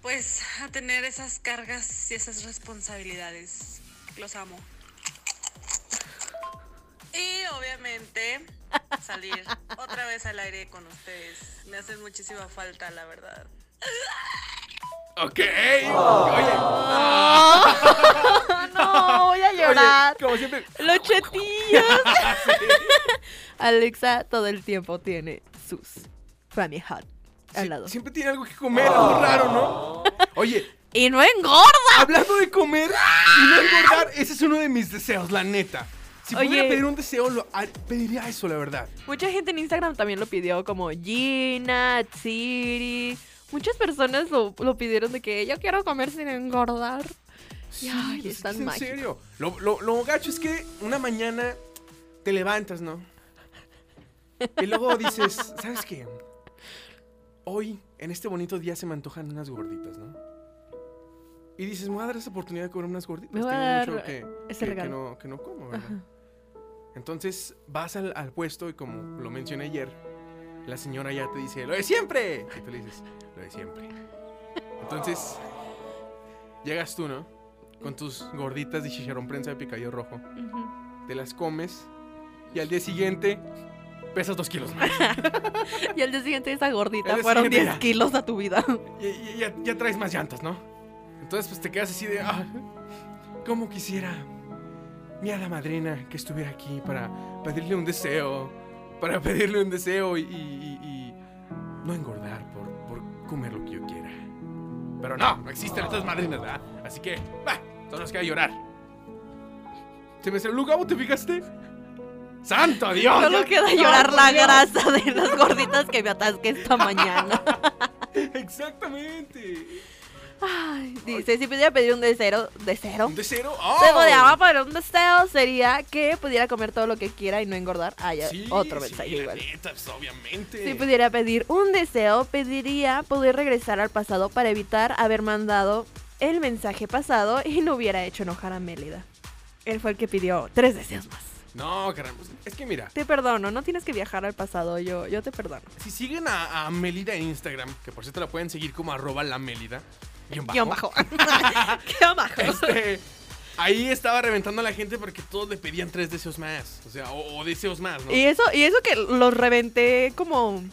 Speaker 5: pues a tener esas cargas y esas responsabilidades. Los amo. Y obviamente salir otra vez al aire con ustedes. Me hacen muchísima falta, la verdad.
Speaker 3: Ok.
Speaker 2: Oh.
Speaker 3: Oye,
Speaker 2: No, voy a llorar.
Speaker 3: oye, Ah, como siempre.
Speaker 2: Los chetillos. Alexa todo el tiempo tiene sus Family Hot al
Speaker 3: sí,
Speaker 2: lado. Oh.
Speaker 3: siempre tiene algo que comer, algo raro, ¿no? Oye,
Speaker 2: ¡Y no engorda!
Speaker 3: hablando de comer y no engordar, ese es uno de mis deseos, la neta. Si pudiera
Speaker 2: Oye.
Speaker 3: pedir un deseo, lo har- pediría eso, la verdad.
Speaker 2: Mucha gente en Instagram también lo pidió, como Gina, Siri. Muchas personas lo, lo pidieron de que yo quiero comer sin engordar.
Speaker 3: Sí,
Speaker 2: ay,
Speaker 3: pues
Speaker 2: es tan
Speaker 3: que en
Speaker 2: mágico.
Speaker 3: serio. Lo, lo, lo gacho es que una mañana te levantas, ¿no? Y luego dices, ¿sabes qué? Hoy, en este bonito día, se me antojan unas gorditas, ¿no? Y dices, me voy a dar esa oportunidad de comer unas gorditas.
Speaker 2: Me voy a
Speaker 3: Tengo
Speaker 2: dar
Speaker 3: mucho que,
Speaker 2: ese
Speaker 3: que- que
Speaker 2: regalo.
Speaker 3: no, que no como, ¿verdad? Entonces vas al, al puesto y como lo mencioné ayer, la señora ya te dice, lo de siempre. Y tú le dices, lo de siempre. Entonces, llegas tú, ¿no? Con tus gorditas de chicharrón prensa de picadillo rojo.
Speaker 2: Ujú.
Speaker 3: Te las comes y al día siguiente pesas dos kilos más.
Speaker 2: Y al día siguiente esa
Speaker 3: Al
Speaker 2: gordita
Speaker 3: día
Speaker 2: fueron
Speaker 3: siguiente
Speaker 2: 10
Speaker 3: ya.
Speaker 2: kilos a tu vida.
Speaker 3: Y, y- ya, ya traes más llantas, ¿no? Entonces, pues te quedas así de, ah, ¿cómo quisiera mi la madrina que estuviera aquí para pedirle un deseo? Para pedirle un deseo y, y- y- y no engordar por, por comer lo que yo quiera. Pero no, no existen estas madrinas, ¿verdad? Así que, va, solo nos queda llorar. ¿Se me salió Gabo? ¿Te fijaste? ¡Santo Dios!
Speaker 2: Solo
Speaker 3: Ya-
Speaker 2: queda llorar
Speaker 3: ¡Santo
Speaker 2: la
Speaker 3: Dios!
Speaker 2: grasa de las gorditas que me atasqué esta mañana.
Speaker 3: Exactamente.
Speaker 2: Ay, dice, si pudiera pedir un deseo, deseo.
Speaker 3: ¿Un deseo? ¡Oh!
Speaker 2: Tengo de "Ah, agua para un deseo sería que pudiera comer todo lo que quiera y no engordar. Ah, ya,
Speaker 3: Sí,
Speaker 2: otro
Speaker 3: sí,
Speaker 2: mensaje
Speaker 3: la
Speaker 2: igual.
Speaker 3: neta, pues, obviamente.
Speaker 2: Si pudiera pedir un deseo, pediría poder regresar al pasado para evitar haber mandado el mensaje pasado y no hubiera hecho enojar a Mélida. Él fue el que pidió tres deseos más.
Speaker 3: No, caramba. Es que mira,
Speaker 2: Te perdono, no tienes que viajar al pasado, yo, yo te perdono.
Speaker 3: si siguen a, a Melida en Instagram, que por cierto la pueden seguir como arroba la Melida, guión bajo,
Speaker 2: Guión bajo. Guión bajo.
Speaker 3: este, ahí estaba reventando a la gente porque todos le pedían tres deseos más. O sea, o, o deseos más, ¿no?
Speaker 2: Y eso, y eso que los reventé como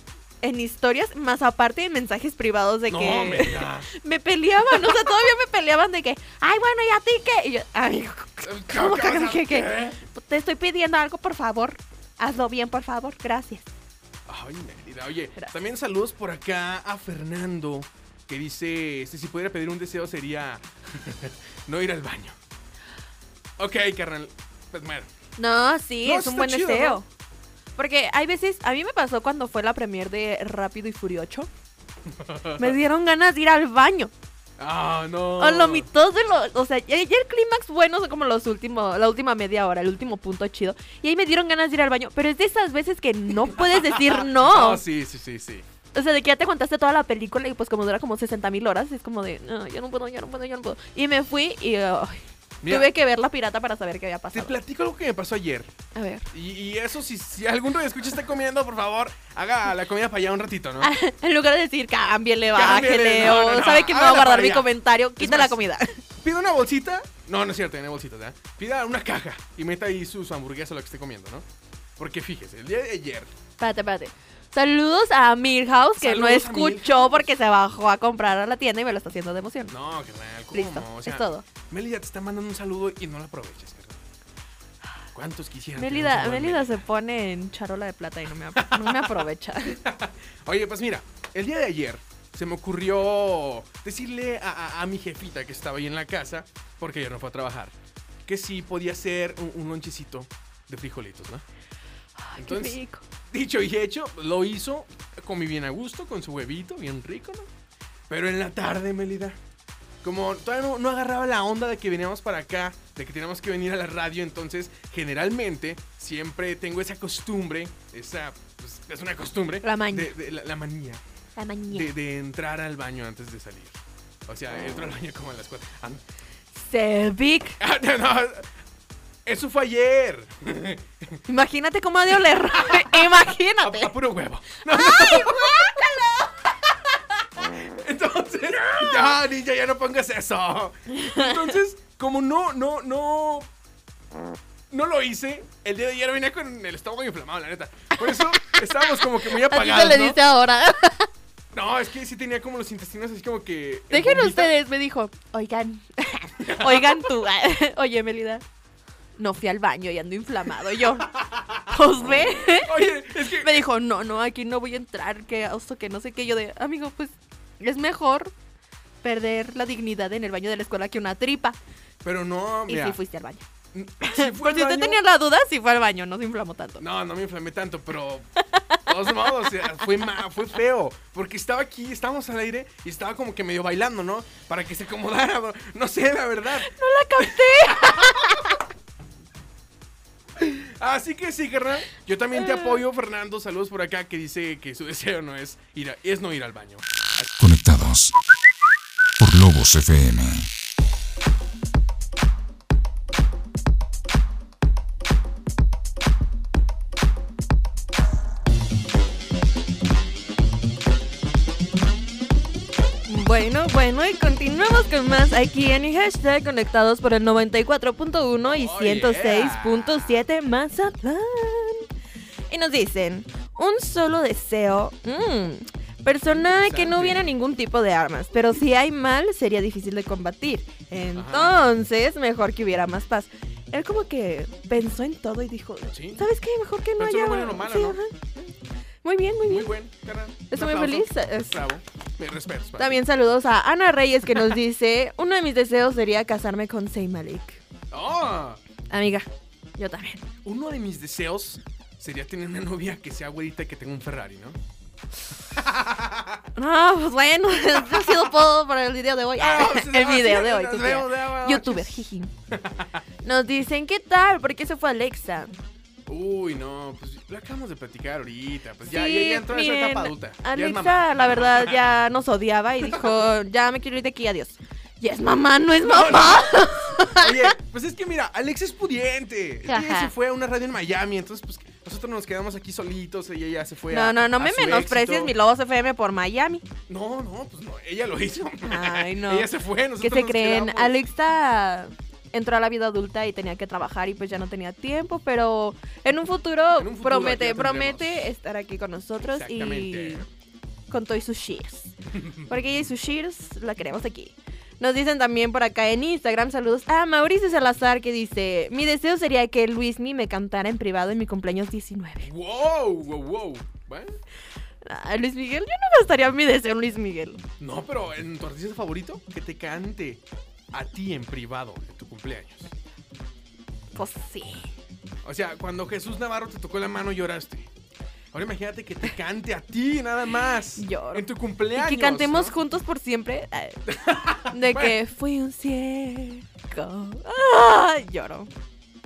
Speaker 2: en historias, más aparte en mensajes privados de
Speaker 3: no,
Speaker 2: que
Speaker 3: Melida.
Speaker 2: me peleaban, o sea, todavía me peleaban de que, ay, bueno, ¿y a ti qué? Y yo, ay, ¿Cómo que
Speaker 3: vas a-
Speaker 2: dije que?
Speaker 3: ¿Qué?
Speaker 2: te estoy pidiendo algo, por favor. Hazlo bien, por favor, gracias.
Speaker 3: Ay, Melida. Oye,
Speaker 2: Gracias.
Speaker 3: también saludos por acá a Fernando, que dice, este, si pudiera pedir un deseo sería no ir al baño. Ok, carnal. Pues bueno.
Speaker 2: No, sí,
Speaker 3: No,
Speaker 2: es
Speaker 3: está
Speaker 2: un buen
Speaker 3: chido,
Speaker 2: deseo.
Speaker 3: ¿no?
Speaker 2: Porque hay veces, a mí me pasó cuando fue la premier de Rápido y Furioso. Me dieron ganas de ir al baño.
Speaker 3: Ah, no.
Speaker 2: O lo mitad de lo. O sea, ya, ya el clímax bueno son como los últimos, la última media hora, el último punto chido. Y ahí me dieron ganas de ir al baño. Pero es de esas veces que no puedes decir no.
Speaker 3: No, Ah, sí, sí, sí, sí.
Speaker 2: O sea, de que ya te contaste toda la película y pues como dura como 60 mil horas, es como de, no, yo no puedo, yo no puedo, yo no puedo. Y me fui y ay,
Speaker 3: Mira,
Speaker 2: tuve que ver la pirata para saber qué había
Speaker 3: te
Speaker 2: pasado.
Speaker 3: platico algo que me pasó ayer.
Speaker 2: A ver.
Speaker 3: Y, y eso, si, si algún escucha está comiendo, por favor, haga la comida para allá un ratito, ¿no?
Speaker 2: En lugar de decir, cámbiale,
Speaker 3: Cámbiale,
Speaker 2: bájele,
Speaker 3: no,
Speaker 2: o
Speaker 3: no, no,
Speaker 2: sabe que no va a
Speaker 3: hágala
Speaker 2: guardar
Speaker 3: para
Speaker 2: mi
Speaker 3: allá.
Speaker 2: comentario, quita la
Speaker 3: más,
Speaker 2: comida.
Speaker 3: Pida una bolsita. No, no es cierto, tiene bolsitas, ¿verdad? Pida una caja y meta ahí sus hamburguesas, lo que esté comiendo, ¿no? Porque fíjese, el día de ayer.
Speaker 2: Espérate, espérate. Saludos a Milhouse, que no
Speaker 3: Saludos a
Speaker 2: escuchó
Speaker 3: Milhouse.
Speaker 2: porque se bajó a comprar a la tienda y me lo está haciendo de emoción.
Speaker 3: No, carnal, ¿cómo?
Speaker 2: Listo,
Speaker 3: O sea,
Speaker 2: es todo.
Speaker 3: Meli ya te está mandando un saludo y no lo aproveches, carnal. ¿Cuántos quisieran? tener un
Speaker 2: Mélida,
Speaker 3: saludo de
Speaker 2: Mélida se pone en charola de plata y no me, ap- no me aprovecha.
Speaker 3: Oye, pues mira, el día de ayer se me ocurrió decirle a, a- a mi jefita que estaba ahí en la casa, porque ella no fue a trabajar, que sí podía hacer un, un lonchecito de frijolitos, ¿no?
Speaker 2: Ay, qué
Speaker 3: Entonces-
Speaker 2: rico.
Speaker 3: Dicho y hecho, lo hizo, comí bien a gusto, con su huevito, bien rico, ¿no? Pero en la tarde, Melida, como todavía no, no agarraba la onda de que veníamos para acá, de que teníamos que venir a la radio, entonces generalmente siempre tengo esa costumbre, esa, pues, es una costumbre.
Speaker 2: La maña.
Speaker 3: de- de- la- la manía
Speaker 2: La mañana.
Speaker 3: de, de entrar al baño antes de salir. O
Speaker 2: Ah.
Speaker 3: sea, entro al baño como a las cuatro. An-
Speaker 2: Cevic.
Speaker 3: Ah, no, no, eso fue ayer.
Speaker 2: Imagínate cómo ha de oler.
Speaker 3: A,
Speaker 2: Imagínate.
Speaker 3: a puro huevo. No, no. Entonces, ya, ninja, ya no pongas eso. Entonces, como no, no, no. No lo hice. El día de ayer venía con el estómago inflamado, la neta. Por eso estábamos como que muy
Speaker 2: Así
Speaker 3: apagados.
Speaker 2: se le
Speaker 3: ¿no?
Speaker 2: dice ahora.
Speaker 3: no, es que sí tenía como los intestinos así como que. en
Speaker 2: Dejen
Speaker 3: bombita.
Speaker 2: ustedes, me dijo. Oigan. Oigan tú. Oye, Melida. No fui al baño y ando inflamado. Y Yo. ¿Os ve?
Speaker 3: Oye, es que.
Speaker 2: Me dijo, no, no, aquí no voy a entrar. Que oso, que no sé qué. Yo de, amigo, pues es mejor perder la dignidad en el baño de la escuela que una tripa.
Speaker 3: Pero no,
Speaker 2: Y
Speaker 3: mira.
Speaker 2: sí fuiste al baño.
Speaker 3: Mm, sí fue
Speaker 2: Por
Speaker 3: al
Speaker 2: si usted
Speaker 3: baño.
Speaker 2: tenía la duda, sí fue al baño. No se inflamó tanto.
Speaker 3: No, no me inflamé tanto, pero. De todos modos, o sea, fue, ma- fue feo. Porque estaba aquí, estábamos al aire y estaba como que medio bailando, ¿no? Para que se acomodara, bro. No sé, la verdad.
Speaker 2: La capté.
Speaker 3: Así que sí, carnal. Yo también
Speaker 2: Ah.
Speaker 3: te apoyo, Fernando. Saludos por acá que dice que su deseo no es ir a- es no ir al baño.
Speaker 1: Conectados por Lobos FM.
Speaker 2: Bueno, y continuamos con más aquí en hashtag conectados por el 94.1 y
Speaker 3: Oh,
Speaker 2: 106.7 Mazatlán. Y nos dicen, un solo deseo. mm, persona que no hubiera ningún tipo de armas, pero si hay mal sería difícil de combatir. Entonces, mejor que hubiera más paz. Él como que pensó en todo y dijo,
Speaker 3: Sí.
Speaker 2: ¿sabes qué? Mejor que no
Speaker 3: Pensó
Speaker 2: haya...
Speaker 3: lo bueno y lo malo,
Speaker 2: Sí,
Speaker 3: ¿no?
Speaker 2: ajá. Muy bien, muy
Speaker 3: Muy
Speaker 2: bien.
Speaker 3: buen, carnal.
Speaker 2: Estoy
Speaker 3: Un
Speaker 2: muy
Speaker 3: aplauso.
Speaker 2: feliz, es-
Speaker 3: Bravo. Me respeto.
Speaker 2: También saludos a Ana Reyes que nos dice, uno de mis deseos sería casarme con Zayn Malik.
Speaker 3: Oh,
Speaker 2: Amiga, yo también.
Speaker 3: uno de mis deseos sería tener una novia que sea güerita y que tenga un Ferrari, ¿no?
Speaker 2: No, pues bueno, esto ha sido todo para el video de hoy.
Speaker 3: Ah, pues,
Speaker 2: el
Speaker 3: ah,
Speaker 2: video
Speaker 3: sí,
Speaker 2: de hoy.
Speaker 3: nos
Speaker 2: tú
Speaker 3: vemos,
Speaker 2: creas.
Speaker 3: ya, buenas
Speaker 2: Youtuber, jiji. Nos dicen, ¿qué tal? ¿Por qué se fue Alexa?
Speaker 3: Uy, no, pues lo acabamos de platicar ahorita. Pues ya,
Speaker 2: Sí,
Speaker 3: ya, ya entró en esa
Speaker 2: miren,
Speaker 3: etapa adulta. Ya es mamá.
Speaker 2: Alexa, la verdad, ya nos odiaba y dijo, ya me quiero ir de aquí, adiós. Y es mamá, no es mamá.
Speaker 3: Oye, pues es que mira, Alex es pudiente. Ella se fue a una radio en Miami, entonces pues nosotros nos quedamos aquí solitos, ella ya se fue a
Speaker 2: No, no, no
Speaker 3: a
Speaker 2: me
Speaker 3: su
Speaker 2: menosprecies
Speaker 3: éxito.
Speaker 2: mi Lobos FM por Miami.
Speaker 3: No, no, pues no, ella lo hizo.
Speaker 2: Ay, no.
Speaker 3: ella se fue, Pues nosotros
Speaker 2: ¿Qué se
Speaker 3: nos
Speaker 2: creen?
Speaker 3: quedamos.
Speaker 2: Alexa entró a la vida adulta y tenía que trabajar y pues ya no tenía tiempo, pero en un futuro,
Speaker 3: En un futuro aquí
Speaker 2: promete,
Speaker 3: la tendremos.
Speaker 2: promete estar aquí con nosotros y
Speaker 3: Exactamente.
Speaker 2: con Toy sus cheers. Porque ella y sus cheers la queremos aquí. Nos dicen también por acá en Instagram, saludos a Mauricio Salazar que dice, mi deseo sería que Luismi me cantara en privado en mi cumpleaños 19.
Speaker 3: Wow, wow, wow. Bueno,
Speaker 2: Ah, Luis Miguel, yo no gastaría mi deseo en Luis Miguel.
Speaker 3: No, pero en tu artista favorito, que te cante a ti en privado en tu cumpleaños.
Speaker 2: Pues sí.
Speaker 3: O sea, cuando Jesús Navarro te tocó la mano lloraste. Ahora imagínate que te cante a ti nada más.
Speaker 2: Lloro.
Speaker 3: En tu
Speaker 2: Y
Speaker 3: cumpleaños.
Speaker 2: que cantemos
Speaker 3: ¿no?
Speaker 2: juntos por siempre. Ay. De que fui un ciego. Ah, lloro.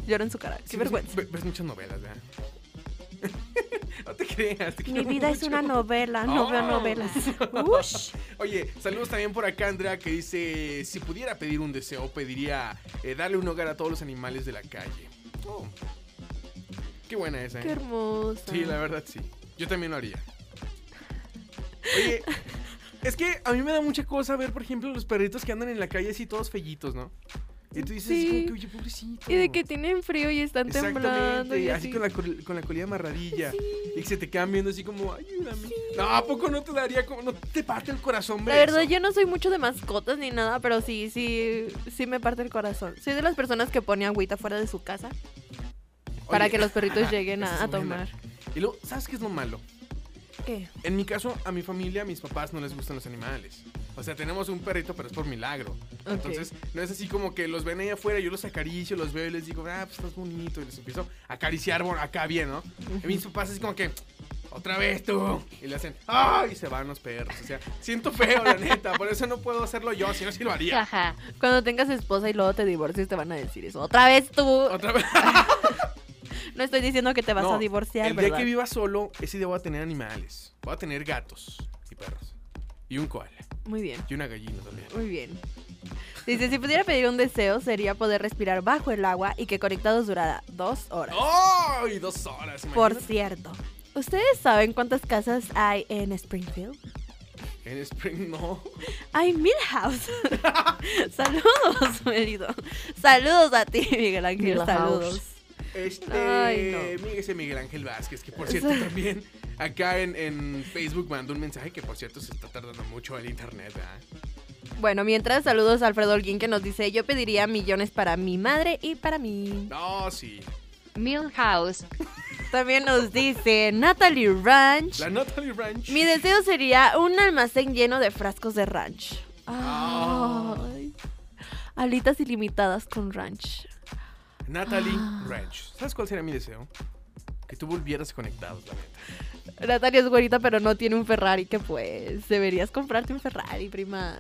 Speaker 2: Lloro en su cara. Qué
Speaker 3: Sí, ves-
Speaker 2: vergüenza.
Speaker 3: ve- Ves, muchas novelas, ¿verdad? no te creas. te
Speaker 2: Mi
Speaker 3: quiero
Speaker 2: vida es
Speaker 3: mucho.
Speaker 2: una novela. No
Speaker 3: Oh.
Speaker 2: veo novelas. Ush.
Speaker 3: Oye, saludos también por acá, Andrea, que dice: Si pudiera pedir un deseo, pediría eh, darle un hogar a todos los animales de la calle. Oh. Qué buena esa, ¿eh?
Speaker 2: Qué hermosa.
Speaker 3: Sí, la verdad sí. Yo también lo haría. Oye, es que a mí me da mucha cosa ver, por ejemplo, los perritos que andan en la calle así todos fellitos, ¿no? Y tú dices,
Speaker 2: Sí.
Speaker 3: como que, oye, pobrecito.
Speaker 2: Y de que tienen frío y están temblando.
Speaker 3: Exactamente,
Speaker 2: Y
Speaker 3: así,
Speaker 2: así.
Speaker 3: con, la, col- con la colilla amarradilla.
Speaker 2: Sí.
Speaker 3: Y que se te quedan viendo así como, ayúdame. No, ¿a poco no te daría como, no te parte el corazón
Speaker 2: La
Speaker 3: ver
Speaker 2: verdad,
Speaker 3: eso?
Speaker 2: yo no soy mucho de mascotas ni nada, pero sí, sí, sí me parte el corazón. Soy de las personas que pone agüita fuera de su casa para
Speaker 3: Oye,
Speaker 2: que los perritos lleguen
Speaker 3: esa
Speaker 2: a,
Speaker 3: es
Speaker 2: a
Speaker 3: buena.
Speaker 2: tomar.
Speaker 3: Y luego, ¿sabes qué es lo malo?
Speaker 2: ¿Qué?
Speaker 3: En mi caso, a mi familia, a mis papás no les gustan los animales. O sea, tenemos un perrito, pero es por milagro.
Speaker 2: Ok.
Speaker 3: Entonces, no es así como que los ven ahí afuera, yo los acaricio, los veo y les digo, ah, pues estás bonito. Y les empiezo a acariciar bueno, acá bien, ¿no? Y mis papás así como que, otra vez tú. Y le hacen, ¡ay! Y se van los perros. O sea, siento feo, la neta. Por eso no puedo hacerlo yo, si no, sí lo haría.
Speaker 2: Cuando tengas esposa y luego te divorcies te van a decir eso. Otra vez tú.
Speaker 3: Otra vez.
Speaker 2: No estoy diciendo que te vas
Speaker 3: No,
Speaker 2: a divorciar,
Speaker 3: El
Speaker 2: ¿verdad?
Speaker 3: día que viva solo, ese día voy a tener animales. Voy a tener gatos y perros. Y un koala.
Speaker 2: Muy bien,
Speaker 3: Y una gallina también.
Speaker 2: muy bien. Dice, si pudiera pedir un deseo sería poder respirar bajo el agua y que conectados durara dos horas.
Speaker 3: ¡Ay! Dos horas.
Speaker 2: Por
Speaker 3: imagínate.
Speaker 2: cierto, ¿ustedes saben cuántas casas hay en Springfield?
Speaker 3: En Spring, no.
Speaker 2: Hay mil house. saludos, Melido. Saludos a ti, Miguel Ángel.
Speaker 4: Milhouse.
Speaker 2: Saludos.
Speaker 3: Este.
Speaker 2: Ay, no.
Speaker 3: Miguel, ese Miguel Ángel Vázquez, que por cierto también acá en, en Facebook mandó un mensaje que por cierto se está tardando mucho el internet, ¿verdad?
Speaker 2: Bueno, mientras saludos a Alfredo Holguín que nos dice, yo pediría millones para mi madre y para mí.
Speaker 3: No, sí.
Speaker 4: Milhouse.
Speaker 2: También nos dice Natalie Ranch.
Speaker 3: La Natalie Ranch.
Speaker 2: Mi deseo sería un almacén lleno de frascos de ranch. Ay. Alitas ilimitadas con ranch.
Speaker 3: Natalie
Speaker 2: Ah.
Speaker 3: Ranch. ¿Sabes cuál sería mi deseo? Que tú volvieras conectados, la neta.
Speaker 2: Natalia es güerita, pero no tiene un Ferrari, que pues deberías comprarte un Ferrari, prima.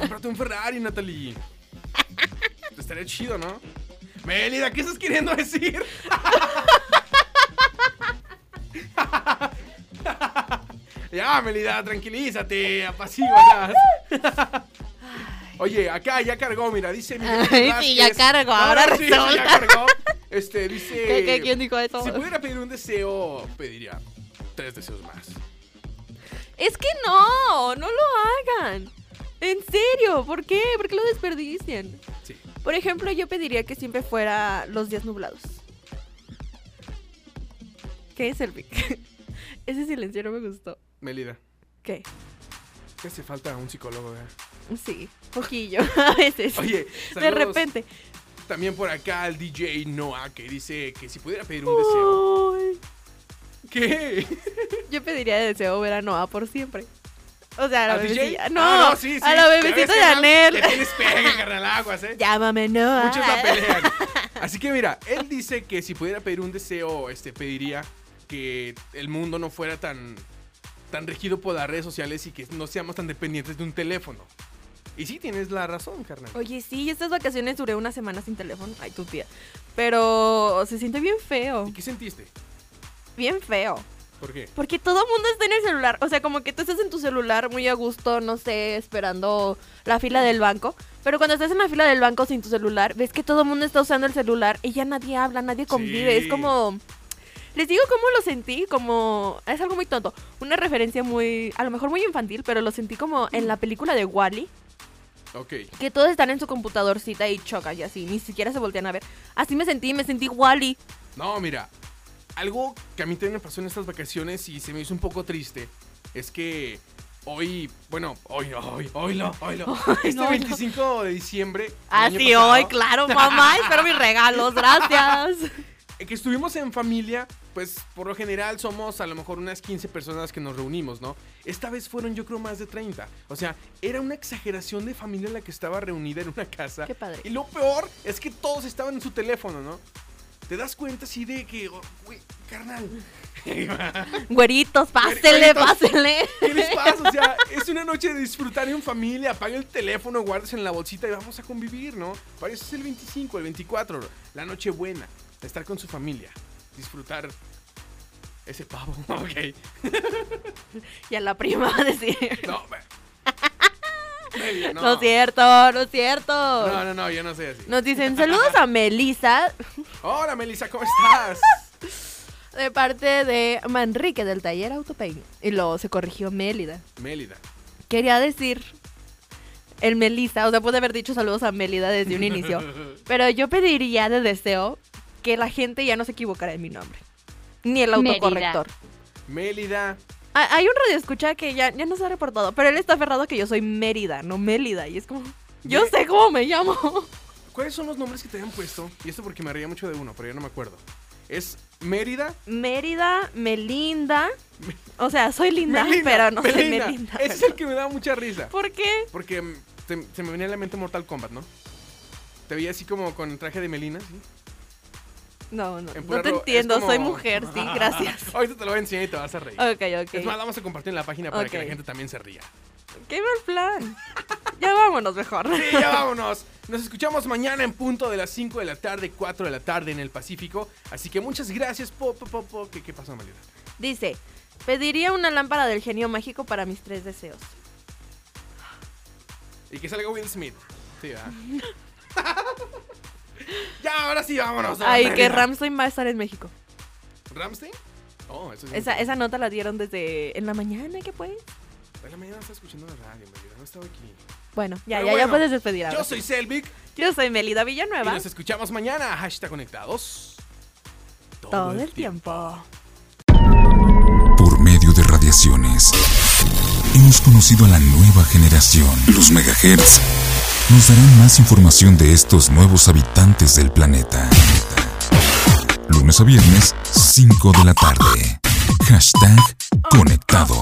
Speaker 3: Cómprate un Ferrari, Natalie. Te estaría chido, ¿no? Mélida, ¿qué estás queriendo decir? ya, Mélida, tranquilízate, apacígualas. Oye, acá ya cargó, mira, dice Miguel
Speaker 2: Ay, sí, ya
Speaker 3: Vázquez.
Speaker 2: cargó,
Speaker 3: No,
Speaker 2: ahora
Speaker 3: sí, sí, ya
Speaker 2: resulta.
Speaker 3: cargó. Este, dice...
Speaker 2: ¿Qué, qué, quién dijo eso?
Speaker 3: Si pudiera pedir un deseo, pediría tres deseos más.
Speaker 2: Es que no, no lo hagan. ¿En serio? ¿Por qué? ¿Por qué lo desperdician?
Speaker 3: Sí.
Speaker 2: Por ejemplo, yo pediría que siempre fuera los días nublados. ¿Qué es el pic? Ese silencio no me gustó.
Speaker 3: Melida,
Speaker 2: ¿Qué?
Speaker 3: ¿qué hace falta a un psicólogo? eh?
Speaker 2: Sí, poquillo, a veces.
Speaker 3: Oye,
Speaker 2: de
Speaker 3: saludos
Speaker 2: repente.
Speaker 3: También por acá el DJ Noah que dice que si pudiera pedir un
Speaker 2: Oh.
Speaker 3: deseo.
Speaker 2: Ay,
Speaker 3: ¿Qué?
Speaker 2: yo pediría de deseo ver a Noah por siempre. O sea, a la
Speaker 3: ¿Al DJ?
Speaker 2: bebecita. No,
Speaker 3: Ah, sí, sí.
Speaker 2: a la
Speaker 3: ves
Speaker 2: bebecita
Speaker 3: que
Speaker 2: de
Speaker 3: mal-
Speaker 2: Anel.
Speaker 3: Le tienes pega, carnal, aguas, ¿eh?
Speaker 2: Llámame Noah.
Speaker 3: Muchos la pelean. Así que mira, él dice que si pudiera pedir un deseo, este, pediría que el mundo no fuera tan, tan regido por las redes sociales y que no seamos tan dependientes de un teléfono. Y sí, tienes la razón, carnal.
Speaker 2: Oye, sí, estas vacaciones duré una semana sin teléfono. Ay, tu tía. Pero se siente bien feo.
Speaker 3: ¿Y qué sentiste?
Speaker 2: Bien feo.
Speaker 3: ¿Por qué?
Speaker 2: Porque todo el mundo está en el celular. O sea, como que tú estás en tu celular muy a gusto, no sé, esperando la fila del banco. Pero cuando estás en la fila del banco sin tu celular, ves que todo el mundo está usando el celular y ya nadie habla, nadie convive.
Speaker 3: Sí.
Speaker 2: Es como. Les digo cómo lo sentí, como. Es algo muy tonto. Una referencia muy. A lo mejor muy infantil, pero lo sentí como en la película de Wally.
Speaker 3: Ok.
Speaker 2: Que todos están en su computadorcita y chocan y así. Ni siquiera se voltean a ver. Así me sentí, me sentí Wally.
Speaker 3: No, mira, algo que a mí también me pasó en estas vacaciones y se me hizo un poco triste es que hoy, bueno, hoy, hoy, hoy lo, hoy lo. Este
Speaker 2: no,
Speaker 3: 25 de diciembre. del año
Speaker 2: Así
Speaker 3: pasado,
Speaker 2: hoy, claro, mamá. espero mis regalos, gracias.
Speaker 3: eh, que estuvimos en familia, pues por lo general somos a lo mejor unas 15 personas que nos reunimos, ¿no? Esta vez fueron yo creo más de 30. O sea, era una exageración de familia la que estaba reunida en una casa.
Speaker 2: Qué padre.
Speaker 3: Y lo peor es que todos estaban en su teléfono, ¿no? Te das cuenta así de que, oh, güey, carnal.
Speaker 2: Güeritos, pásenle,
Speaker 3: Güeritos.
Speaker 2: pásenle.
Speaker 3: ¿Qué les pasa? O sea, es una noche de disfrutar en familia. Apaga el teléfono, guardas en la bolsita y vamos a convivir, ¿no? Para eso es el 25, el 24, la noche buena. Estar con su familia, disfrutar ese pavo. Ok.
Speaker 2: Y a la prima va a decir.
Speaker 3: No, me- Media,
Speaker 2: No. es cierto, no es cierto.
Speaker 3: No, no, no, yo no soy así.
Speaker 2: Nos dicen saludos a Melissa
Speaker 3: Hola, Melissa, ¿cómo estás?
Speaker 2: de parte de Manrique del taller Autopein. Y luego se corrigió Mélida.
Speaker 3: Mélida.
Speaker 2: Quería decir el Melissa, o sea, pude haber dicho saludos a Mélida desde un inicio. Pero yo pediría de deseo que la gente ya no se equivocara en mi nombre. Ni el
Speaker 4: Mérida.
Speaker 2: autocorrector.
Speaker 3: Mélida.
Speaker 2: Ha- Ah, Hay un radio escucha que ya, ya nos ha reportado, pero él está aferrado que yo soy Mérida, no Mélida. Y es como, yo
Speaker 3: Ye-
Speaker 2: sé cómo me llamo.
Speaker 3: ¿Cuáles son los nombres que te habían puesto? Y esto porque me reía mucho de uno, pero ya no me acuerdo. Es Mérida.
Speaker 2: Mérida, Melinda. O sea, soy linda,
Speaker 3: Melina,
Speaker 2: pero no
Speaker 3: Melina.
Speaker 2: soy Melinda.
Speaker 3: Ese es el que me daba mucha risa.
Speaker 2: ¿Por qué?
Speaker 3: Porque mm, se, se me venía a la mente Mortal Kombat, ¿no? Te veía así como con el traje de Melina, ¿sí?
Speaker 2: No, no, no
Speaker 3: En pura
Speaker 2: te
Speaker 3: ro- es
Speaker 2: entiendo,
Speaker 3: como-
Speaker 2: soy mujer, sí, gracias.
Speaker 3: Ahorita te lo voy a enseñar y te vas a reír.
Speaker 2: Ok, ok.
Speaker 3: Es más, la vamos a compartir en la página para que
Speaker 2: Ok.
Speaker 3: la gente también se ría.
Speaker 2: Qué mal plan. Ya vámonos mejor.
Speaker 3: Sí, ya vámonos. Nos escuchamos mañana en punto de las 5 de la tarde, 4 de la tarde en el Pacífico. Así que muchas gracias, po, po, po, po. ¿Qué, qué pasó, Melina?
Speaker 2: Dice, pediría una lámpara del genio mágico para mis tres deseos.
Speaker 3: Y que salga Will Smith. Sí, ¿verdad? ya, ahora sí, vámonos.
Speaker 2: Ay,
Speaker 3: Melina.
Speaker 2: que Ramstein va a estar en México.
Speaker 3: ¿Ramstein? Oh, eso es.
Speaker 2: Esa, esa nota la dieron desde en la mañana, ¿qué pues?
Speaker 3: En la mañana estaba escuchando la radio, Melina. No estaba aquí.
Speaker 2: Bueno, ya,
Speaker 3: Pero
Speaker 2: ya, ya
Speaker 3: bueno,
Speaker 2: puedes despedir ahora.
Speaker 3: Yo soy Selvig.
Speaker 2: Yo soy Melida
Speaker 3: Y
Speaker 2: Villanueva.
Speaker 3: nos escuchamos mañana. Hashtag conectados.
Speaker 2: Todo el tiempo.
Speaker 1: Por medio de radiaciones, hemos conocido a la nueva generación. Los megahertz nos darán más información de estos nuevos habitantes del planeta. Lunes a viernes, 5 de la tarde. Hashtag conectado.